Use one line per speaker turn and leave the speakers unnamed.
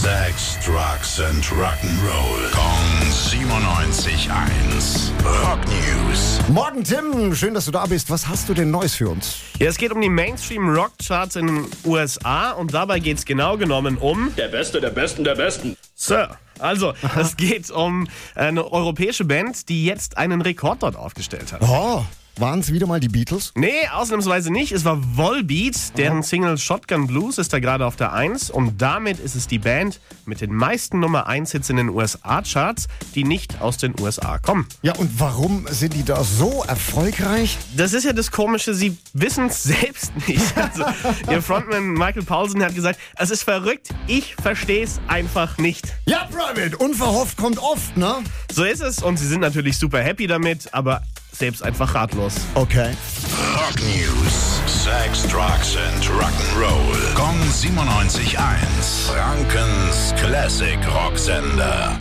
Sex, Drugs and Rock'n'Roll. Kong 97.1. Rock News.
Morgen, Tim. Schön, dass du da bist. Was hast du denn Neues für uns?
Ja, es geht um die Mainstream-Rock-Charts in den USA und dabei geht es genau genommen um.
Der Beste, der Besten, der Besten.
Sir. Also, es geht um eine europäische Band, die jetzt einen Rekord dort aufgestellt hat.
Oh, waren es wieder mal die Beatles?
Nee, ausnahmsweise nicht. Es war Volbeat, deren Single Shotgun Blues ist da gerade auf der 1 und damit ist es die Band mit den meisten Nummer 1 Hits in den USA-Charts, die nicht aus den USA kommen.
Ja, und warum sind die da so erfolgreich?
Das ist ja das Komische, sie wissen es selbst nicht. Also, ihr Frontman Michael Paulsen hat gesagt, es ist verrückt, ich verstehe es einfach nicht.
Ja, Private. Unverhofft kommt oft, ne?
So ist es und sie sind natürlich super happy damit, aber selbst einfach ratlos.
Okay.
Rock News. Sex, Drugs and Rock'n'Roll. Kong 97.1. Frankens Classic Rocksender.